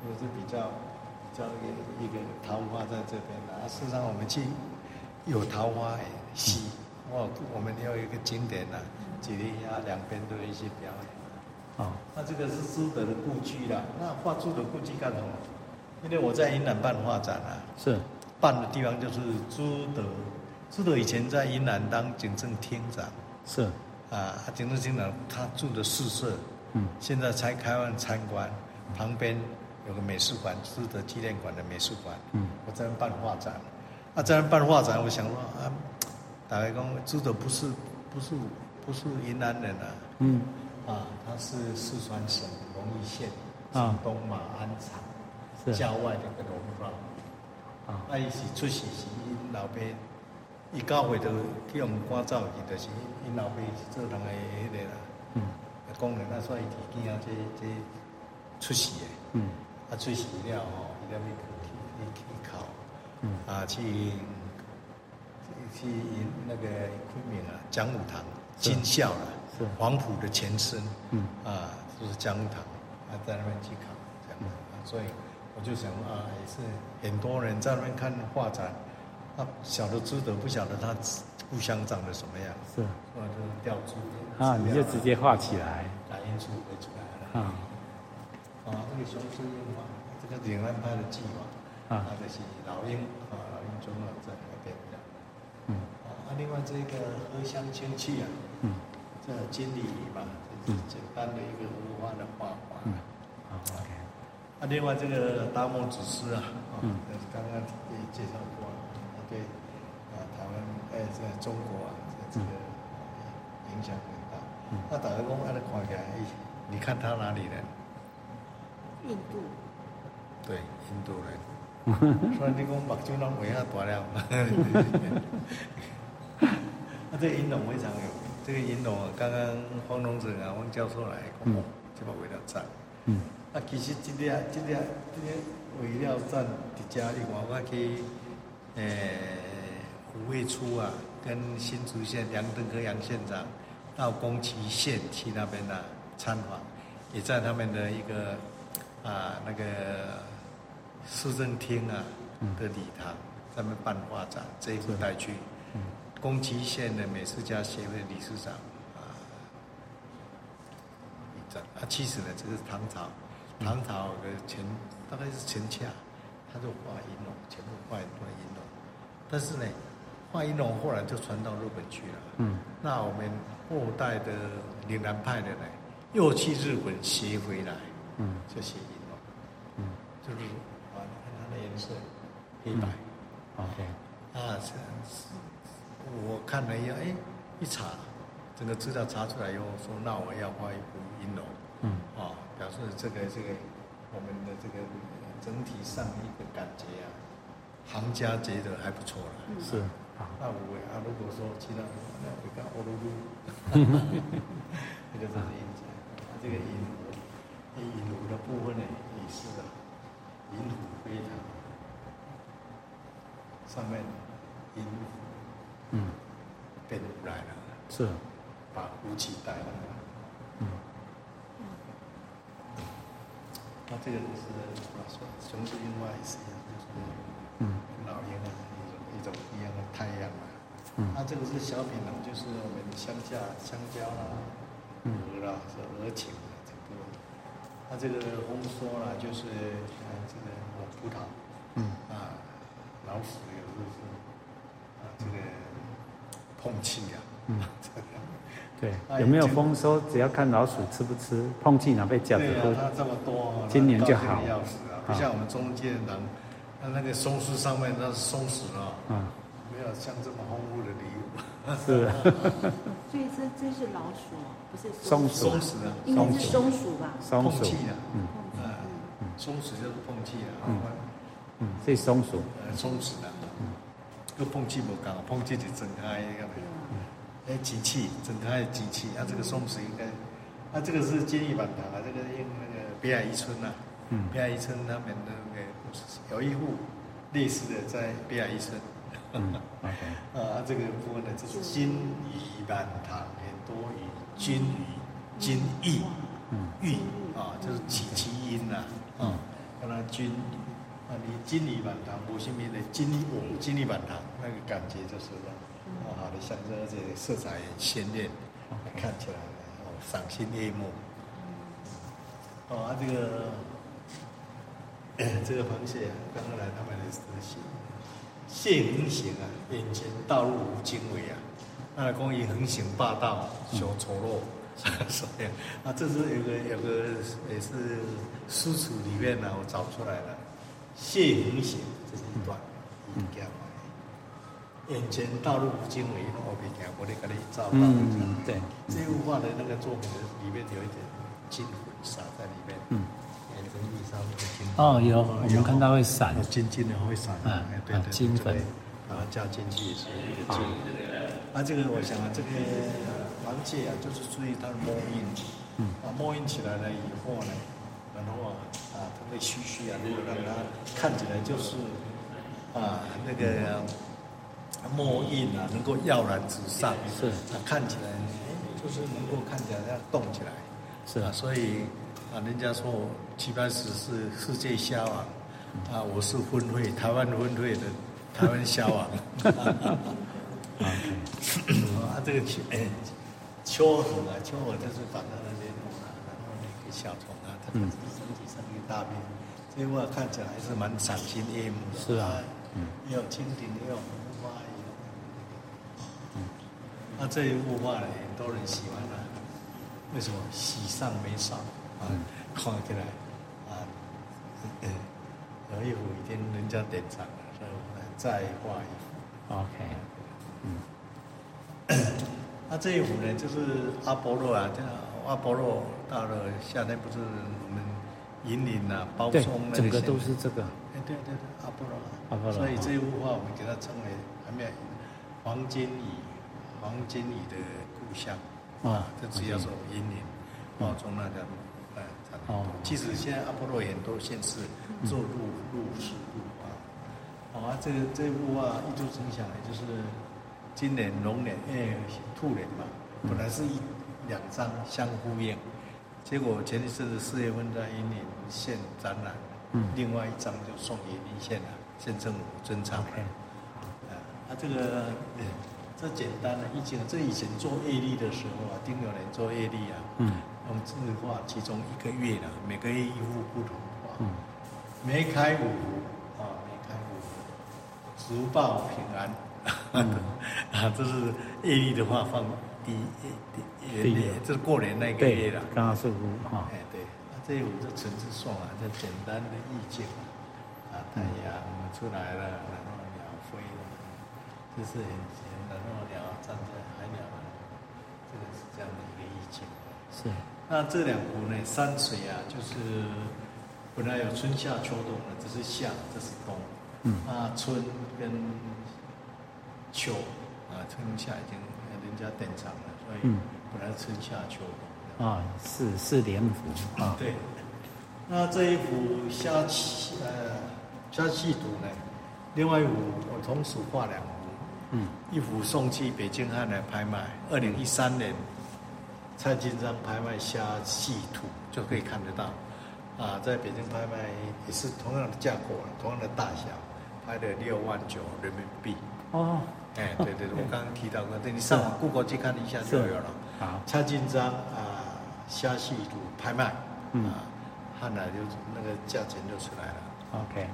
[SPEAKER 2] 我是比较比较一个一个桃花在这边的、啊，事实上我们去有桃花溪，
[SPEAKER 1] 嗯
[SPEAKER 2] 哦，我们也有一个景点呐、啊，几里啊两边都有一些表演。啊
[SPEAKER 1] 哦，
[SPEAKER 2] 那这个是朱德的故居啦，那画朱德故居干什么？因为我在云南办画展啊，
[SPEAKER 1] 是，
[SPEAKER 2] 办的地方就是朱德。朱德以前在云南当警政厅长
[SPEAKER 1] 是，
[SPEAKER 2] 啊，啊警政厅长他住的宿舍，
[SPEAKER 1] 嗯，
[SPEAKER 2] 现在才开放参观，旁边有个美术馆，朱德纪念馆的美术馆，
[SPEAKER 1] 嗯，
[SPEAKER 2] 我在那办画展，啊，在那办画展，我想说啊，打开工朱德不是不是不是云南人啊，
[SPEAKER 1] 嗯，
[SPEAKER 2] 啊，他是四川省荣毅县
[SPEAKER 1] 啊
[SPEAKER 2] 城东马鞍厂
[SPEAKER 1] 是
[SPEAKER 2] 郊外的一个农庄。
[SPEAKER 1] 啊，
[SPEAKER 2] 啊，伊是出世是因老爸，伊九岁就去用赶走去，就是因老爸是做人的迄个啦，
[SPEAKER 1] 嗯
[SPEAKER 2] 啊，工人啊，所以提囝仔这这出世的，
[SPEAKER 1] 嗯
[SPEAKER 2] 啊，出世了吼，伊了要去去去考，
[SPEAKER 1] 嗯
[SPEAKER 2] 啊，去去去那个昆明啊，讲武堂
[SPEAKER 1] 是
[SPEAKER 2] 军校了，
[SPEAKER 1] 是
[SPEAKER 2] 黄埔的前身，
[SPEAKER 1] 嗯
[SPEAKER 2] 啊，就是讲武堂，啊，在那边去考这
[SPEAKER 1] 嗯
[SPEAKER 2] 样子，啊所以我就想啊，也是很多人在那边看画展，啊，晓得朱德，不晓得他故乡长得什么样，
[SPEAKER 1] 是，
[SPEAKER 2] 我就调朱德
[SPEAKER 1] 啊，你就直接画起来，
[SPEAKER 2] 啊打印出回出来了。
[SPEAKER 1] 啊
[SPEAKER 2] 啊，这个雄狮樱花，这个岭南派的计划，
[SPEAKER 1] 啊
[SPEAKER 2] 啊，这是老鹰啊，老鹰中啊，在那边的。
[SPEAKER 1] 嗯
[SPEAKER 2] 啊，另外这个荷香清气啊，
[SPEAKER 1] 嗯
[SPEAKER 2] 这金鲤鱼嘛，这是简单的一个荷花的画法。
[SPEAKER 1] 嗯，好，OK，
[SPEAKER 2] 啊，另外这个达摩祖师啊，啊
[SPEAKER 1] 嗯，
[SPEAKER 2] 这是刚刚也介绍过了，他对啊台湾哎在中国啊这这个影响很大。那打个工他的看起来，哎你看他哪里人？
[SPEAKER 3] 印度
[SPEAKER 2] 对，印度人。所以你讲目睭拢为遐大了。 啊，这个银龙非常有名。这个银龙啊，刚刚黄龙子啊，黄教授来讲，
[SPEAKER 1] 嗯
[SPEAKER 2] 哦这把为了赞。
[SPEAKER 1] 嗯
[SPEAKER 2] 啊，其实这个这个这个为了赞，伫遮另外我去诶五位呃初啊，跟新竹县杨登科杨县长到宫崎县去那边啊参访，也在他们的一个啊那个市政厅啊的礼堂上面办画展，这一块带去。宫崎县的美术家协会理事长啊，一张啊，其实呢，这个是唐朝，唐朝有个钱大概是钱洽，他就画银龙，全部画一段银龙，但是呢，画银龙后来就传到日本去了。
[SPEAKER 1] 嗯，
[SPEAKER 2] 那我们后代的岭南派的呢，又去日本学回来，
[SPEAKER 1] 嗯
[SPEAKER 2] 就写银龙，
[SPEAKER 1] 嗯
[SPEAKER 2] 就是啊，你看它的颜色，黑白。
[SPEAKER 1] ，OK，
[SPEAKER 2] 啊，是是，我看了一下，哎，一查，整个资料查出来以后，说那我要画一幅银楼，
[SPEAKER 1] 嗯
[SPEAKER 2] 啊，表示这个这个我们的这个整体上一个感觉啊，行家觉得还不错了。
[SPEAKER 1] 是，好，
[SPEAKER 2] 那我啊，如果说其他那一个欧罗布，这个是银子，啊这个银壶，这银壶的部分呢也是的，银壶非常，上面银壶
[SPEAKER 1] 嗯
[SPEAKER 2] 变出来了，
[SPEAKER 1] 是，
[SPEAKER 2] 把壶器带来了，
[SPEAKER 1] 嗯
[SPEAKER 2] 那这个就是怎么说，雄狮樱花也是一样，就是
[SPEAKER 1] 嗯
[SPEAKER 2] 老鹰啊一种一种一样的太阳啊。
[SPEAKER 1] 嗯
[SPEAKER 2] 那、这个是小品呢，就是我们乡下香蕉啦、
[SPEAKER 1] 嗯
[SPEAKER 2] 鹅啦、是鹅颈啊这个。那、这个红说啦，就是呃这个葡萄
[SPEAKER 1] 嗯
[SPEAKER 2] 啊，老鼠有时候是啊这个碰气啊，
[SPEAKER 1] 嗯，
[SPEAKER 2] 这个
[SPEAKER 1] 对
[SPEAKER 2] 哎，
[SPEAKER 1] 有没有
[SPEAKER 2] 这
[SPEAKER 1] 丰收？只要看老鼠吃不吃，碰气哪被夹
[SPEAKER 2] 对
[SPEAKER 1] 着
[SPEAKER 2] 啊，
[SPEAKER 1] 喝，
[SPEAKER 2] 它这么多，
[SPEAKER 1] 今年就
[SPEAKER 2] 高兴
[SPEAKER 1] 好
[SPEAKER 2] 得要死啊，不
[SPEAKER 1] 啊
[SPEAKER 2] 像我们中间人，那那个松树上面那是松鼠啊，
[SPEAKER 1] 啊，
[SPEAKER 2] 没有像这么丰富的礼物，
[SPEAKER 1] 是，
[SPEAKER 3] 所以这这是老鼠哦，不是
[SPEAKER 1] 松鼠
[SPEAKER 2] 松鼠啊，
[SPEAKER 3] 应该是松鼠吧？
[SPEAKER 1] 松
[SPEAKER 2] 碰
[SPEAKER 1] 鼠
[SPEAKER 2] 气，啊。
[SPEAKER 1] 嗯
[SPEAKER 2] 啊，松鼠就是碰气啊，
[SPEAKER 1] 嗯嗯，这是松鼠，
[SPEAKER 2] 呃，松鼠啦，个碰气无共，碰气就真开个
[SPEAKER 3] 对啊，
[SPEAKER 2] 诶，哎，机器，整台机器，啊，这个松石应该，啊，这个是建议版的啊，这个用那个北海一村呐、啊，
[SPEAKER 1] 嗯
[SPEAKER 2] 北海一村他们那个有一户类似的在北海一村，
[SPEAKER 1] 嗯，OK，
[SPEAKER 2] 啊，这个部分呢，这是金鱼板糖很多鱼，金鱼，金翼，
[SPEAKER 1] 嗯
[SPEAKER 2] 玉啊，就是起其音呐、啊，啊，跟它金，啊，你金鱼板糖，无什么的哦金鱼，我金鱼板糖那个感觉就是了，啊，好的象征，而且色彩很鲜艳，看起来哦，赏心悦目。哦，啊，这个， 这个螃蟹啊，刚刚来他们的蟹，蟹横行啊，眼前道路无经纬啊，那公益横行霸道，小丑陋， 所以啊，这是有个有个也是书橱里面呢、啊我找出来了，蟹横行这是一段，应该。眼前道路无经纬，我别讲，我得给你照到。
[SPEAKER 1] 嗯，对，
[SPEAKER 2] 这幅画的那个作品里面有一点金粉洒在里面，
[SPEAKER 1] 嗯，
[SPEAKER 2] 眼睛里上面的啊金粉
[SPEAKER 1] 哦有我们看到会闪
[SPEAKER 2] 有金金的会闪，
[SPEAKER 1] 嗯
[SPEAKER 2] 哎对
[SPEAKER 1] 啊
[SPEAKER 2] 对，
[SPEAKER 1] 金粉
[SPEAKER 2] 对，把它加进去也是一个金。啊，这个我想啊，这个螃蟹啊，就是注意它的摸印，嗯，啊摸印起来了以后呢，然后啊啊它的须须啊，如果让它看起来就是啊那个墨印啊，能够耀然纸上，
[SPEAKER 1] 是
[SPEAKER 2] 啊看起来哎就是能够看起来要动起来，
[SPEAKER 1] 是
[SPEAKER 2] 啊，所以啊，人家说我齐白石是世界虾王，啊，我是婚会台湾婚会的台湾虾王。啊，这个秋哎，秋痕啊，秋痕就是把它的那种啊，然后那个小虫啊，
[SPEAKER 1] 嗯
[SPEAKER 2] 它身体上一个大便，这幅画看起来还是蛮赏心悦目的。
[SPEAKER 1] 是啊，
[SPEAKER 2] 嗯，也有蜻蜓，也有红花，也有
[SPEAKER 1] 嗯
[SPEAKER 2] 那啊这一幅画呢，很多人喜欢啊。为什么喜上眉梢啊？
[SPEAKER 1] 嗯
[SPEAKER 2] 看起来啊，嗯有一幅已经人家典藏了，所以我们再画一幅。
[SPEAKER 1] ，OK，
[SPEAKER 2] 嗯那这一幅呢，就是阿波罗啊，这样阿波罗到了夏天不是我们引领啊，包
[SPEAKER 1] 对
[SPEAKER 2] 松那，个
[SPEAKER 1] 整个
[SPEAKER 2] 现
[SPEAKER 1] 都是这个，
[SPEAKER 2] 哎，对对对，阿波罗啊，
[SPEAKER 1] 阿波罗
[SPEAKER 2] 所以
[SPEAKER 1] 啊
[SPEAKER 2] 这幅画我们给它称为还没有黄金蚁，黄金蚁的故乡
[SPEAKER 1] 哦
[SPEAKER 2] 啊，这只要说引领哦，从那条哎，差不多
[SPEAKER 1] 啊哦
[SPEAKER 2] 即使现在阿波罗也很多县市做入入市入啊，好啊，这这幅画一直影响来就是今年龙年哎兔年嘛，本来是一两张相呼应。结果前一阵子四月份在云林县展览，
[SPEAKER 1] 嗯
[SPEAKER 2] 另外一张就送云林县了，县政府珍藏了。
[SPEAKER 1] OK
[SPEAKER 2] 啊，啊这个、呃这简单了，以前这以前做业力的时候啊，丁有人做业力啊，
[SPEAKER 1] 嗯
[SPEAKER 2] 我们自画其中一个月了，每个月一幅不同画，
[SPEAKER 1] 嗯
[SPEAKER 2] 梅开五福啊，梅开五福，福报平安。 啊，这是业力的话放第一第
[SPEAKER 1] 第一
[SPEAKER 2] 一月，这是过年那个
[SPEAKER 1] 对
[SPEAKER 2] 月了。，
[SPEAKER 1] 刚刚是五哈
[SPEAKER 2] 哎，，对，那这一五这纯是送啊，这简单的意境啊，太阳出来了，然后鸟飞了，这是很简单，然后鸟站在海鸟，这个是这样的一个意境。
[SPEAKER 1] 是，
[SPEAKER 2] 那这两幅呢，山水啊，就是本来有春夏秋冬的，这是夏，这是冬。
[SPEAKER 1] 嗯
[SPEAKER 2] 那春跟秋啊，春夏已经人家典藏了，所以
[SPEAKER 1] 嗯
[SPEAKER 2] 本来春夏秋冬。
[SPEAKER 1] 啊，是是连服啊，
[SPEAKER 2] 对，那这一幅虾棋呃虾戏图呢，另外一幅我同时画两幅，
[SPEAKER 1] 嗯
[SPEAKER 2] 一幅送去北京汉来拍卖，二零一三年蔡金山拍卖虾戏图就可以看得到。啊，在北京拍卖也是同样的价格，同样的大小，拍了六万九人民币。
[SPEAKER 1] 哦，
[SPEAKER 2] 哎，对对对，我刚刚提到过，对你上网 Google 去看一下就有了。
[SPEAKER 1] 好，
[SPEAKER 2] 蔡进章啊，虾戏组拍卖，
[SPEAKER 1] 嗯
[SPEAKER 2] 啊，汉来就那个价钱就出来了。
[SPEAKER 1] ，OK，
[SPEAKER 2] 啊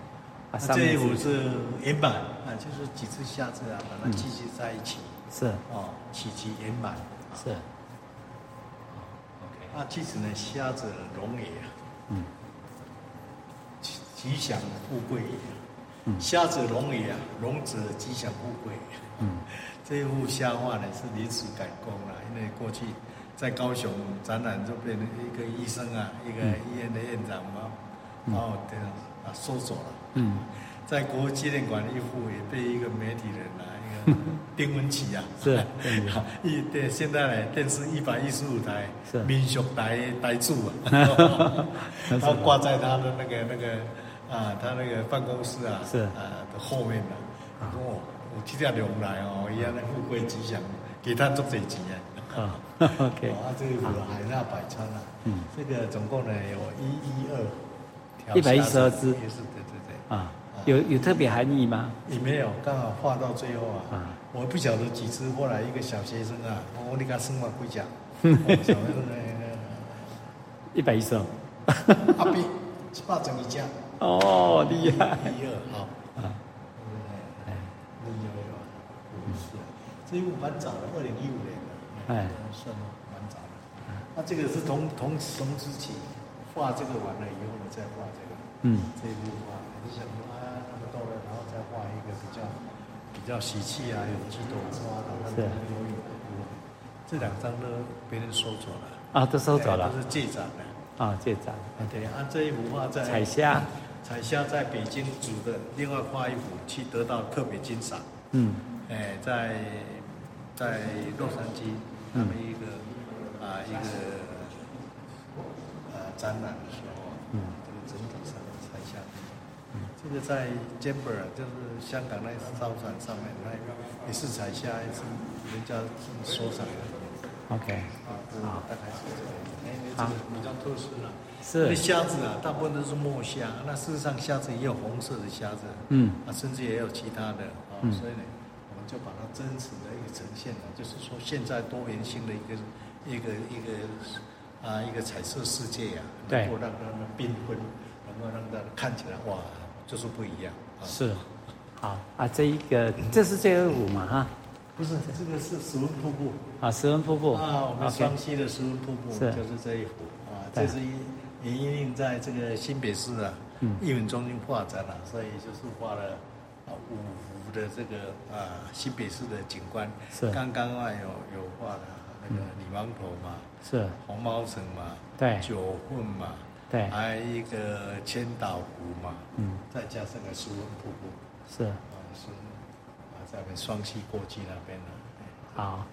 [SPEAKER 1] 啊，上
[SPEAKER 2] 这一
[SPEAKER 1] 面
[SPEAKER 2] 幅
[SPEAKER 1] 是
[SPEAKER 2] 是圆满啊，就是几只虾子啊，把它
[SPEAKER 1] 嗯
[SPEAKER 2] 聚集在一起，
[SPEAKER 1] 是
[SPEAKER 2] 哦，起集圆满。啊
[SPEAKER 1] 是
[SPEAKER 2] 啊，其实呢，虾子龙也啊，
[SPEAKER 1] 嗯，
[SPEAKER 2] 吉吉祥富贵也啊。虾子龙也啊，龙者吉祥富贵。
[SPEAKER 1] 嗯，
[SPEAKER 2] 这一幅虾画呢是临时改工了，因为过去在高雄展览就变成一个医哦生啊，一个医院的院长嘛，把我给啊收走了。
[SPEAKER 1] 嗯，
[SPEAKER 2] 在国纪念馆一幅也被一个媒体人啊，一个丁文琪啊，
[SPEAKER 1] 是嗯丁文琪
[SPEAKER 2] 一对现在呢电视一百一十五台
[SPEAKER 1] 是
[SPEAKER 2] 民俗台台柱 啊， 他挂在他的那个那个啊，他那个办公室啊，
[SPEAKER 1] 是
[SPEAKER 2] 啊的后面啊，哦，我替他留来哦，一样的富贵吉祥，给他做这钱啊。
[SPEAKER 1] 啊 ，OK，
[SPEAKER 2] 啊，这一幅海纳百川啊，
[SPEAKER 1] 嗯
[SPEAKER 2] 这个总共呢有一一二，
[SPEAKER 1] 112只
[SPEAKER 2] 也是对对对，
[SPEAKER 1] 啊，有有特别含义吗？
[SPEAKER 2] 也没有，刚好画到最后啊，
[SPEAKER 1] 啊
[SPEAKER 2] 我不晓得几只，后来一个小学生啊，我你给他生嘛会 讲，啊我小学生呢，
[SPEAKER 1] 一百一十二，
[SPEAKER 2] 阿斌，是爸整一家，
[SPEAKER 1] 哦，厉害，
[SPEAKER 2] 一二好，
[SPEAKER 1] 啊，
[SPEAKER 2] 嗯
[SPEAKER 1] 哎，
[SPEAKER 2] 那有有啊，不是啊，这一部蛮早的，二零一五年的，
[SPEAKER 1] 嗯哎
[SPEAKER 2] 算了，蛮早的。那这个是同同同时期画这个完了以后呢，再画这个。
[SPEAKER 1] 嗯，
[SPEAKER 2] 这一部画，你想说啊那么多人，然后再画一个比较比较喜气啊，有几朵花，然后
[SPEAKER 1] 是
[SPEAKER 2] 游泳的部分这两张都别人收走了，
[SPEAKER 1] 啊，都收走
[SPEAKER 2] 哎
[SPEAKER 1] 了
[SPEAKER 2] 都是借展的。
[SPEAKER 1] 啊，这张
[SPEAKER 2] 啊，对，按、这一幅画在
[SPEAKER 1] 彩霞，
[SPEAKER 2] 彩霞在北京组的另外画一幅，去得到特别欣赏。
[SPEAKER 1] 嗯，
[SPEAKER 2] 哎，在在洛杉矶，
[SPEAKER 1] 嗯
[SPEAKER 2] 他们一个啊、一个呃展览的时候，
[SPEAKER 1] 嗯
[SPEAKER 2] 这个整体上的拆下来，这个在 Jember 就是香港那商船上面那也是采下一次人家是收藏的，
[SPEAKER 1] ，OK，
[SPEAKER 2] 啊，大概是这样，哎，这
[SPEAKER 1] 好
[SPEAKER 2] 个比较特殊了。那
[SPEAKER 1] 是，
[SPEAKER 2] 虾子啊，大部分都是墨虾，那事实上虾子也有红色的虾子，
[SPEAKER 1] 嗯
[SPEAKER 2] 啊，甚至也有其他的啊、
[SPEAKER 1] 嗯
[SPEAKER 2] 所以呢，我们就把它真实的一个呈现了，就是说现在多元性的一个一个一个啊一个彩色世界呀、啊，
[SPEAKER 1] 对
[SPEAKER 2] 能够让它们缤纷，能够让它看起来哇，就是不一样啊。
[SPEAKER 1] 是，好啊，这一个这是最后五嘛哈，
[SPEAKER 2] 不是这个是石纹瀑布
[SPEAKER 1] 啊，石文瀑布
[SPEAKER 2] 啊，我们
[SPEAKER 1] ，OK，
[SPEAKER 2] 双溪的石纹瀑布
[SPEAKER 1] 是
[SPEAKER 2] 就是这一幅啊，
[SPEAKER 1] 对
[SPEAKER 2] 这是一。林一令在这个新北市啊，
[SPEAKER 1] 嗯
[SPEAKER 2] 艺文中心画展了、所以就是画了啊五幅的这个啊新北市的景观。
[SPEAKER 1] 是
[SPEAKER 2] 刚刚啊有有画了那个李王头嘛，
[SPEAKER 1] 是，
[SPEAKER 2] 红毛城嘛，
[SPEAKER 1] 对
[SPEAKER 2] 九份嘛，
[SPEAKER 1] 对
[SPEAKER 2] 还有一个千岛湖嘛，
[SPEAKER 1] 嗯，
[SPEAKER 2] 再加上个苏文瀑布
[SPEAKER 1] 是，
[SPEAKER 2] 啊，是啊，在我们双溪过去那边呢、
[SPEAKER 1] 好，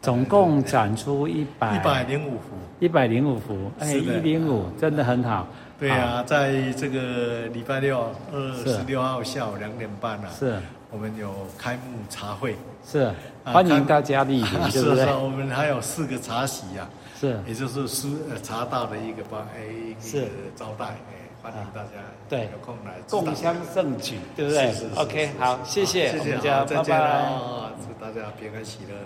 [SPEAKER 1] 总共展出一百
[SPEAKER 2] 一百零五幅。
[SPEAKER 1] 一百零五幅，哎，
[SPEAKER 2] 是
[SPEAKER 1] 一
[SPEAKER 2] 的
[SPEAKER 1] 零五真的很好，
[SPEAKER 2] 对啊，在这个礼拜六二
[SPEAKER 1] 是
[SPEAKER 2] 十六号下午两点半啊
[SPEAKER 1] 好，，是
[SPEAKER 2] 我们有开幕茶会，
[SPEAKER 1] 是，
[SPEAKER 2] 啊
[SPEAKER 1] 欢迎
[SPEAKER 2] 看
[SPEAKER 1] 大家 莅 临，对
[SPEAKER 2] 是
[SPEAKER 1] 不
[SPEAKER 2] 是啊
[SPEAKER 1] 对？，
[SPEAKER 2] 我们还有四个茶席啊，
[SPEAKER 1] 是，
[SPEAKER 2] 也就是苏呃茶道的一个帮哎一个
[SPEAKER 1] 是啊
[SPEAKER 2] 招待，哎，欢迎大家
[SPEAKER 1] 对
[SPEAKER 2] 有空来指导
[SPEAKER 1] 共襄盛举，对不对
[SPEAKER 2] 是是是是
[SPEAKER 1] ？OK，
[SPEAKER 2] 是
[SPEAKER 1] 好，谢谢，啊
[SPEAKER 2] 好
[SPEAKER 1] 我
[SPEAKER 2] 谢谢，
[SPEAKER 1] 们
[SPEAKER 2] 好
[SPEAKER 1] 家，
[SPEAKER 2] 再
[SPEAKER 1] 拜
[SPEAKER 2] 见啊
[SPEAKER 1] 拜。
[SPEAKER 2] 喽，祝大家平安喜乐。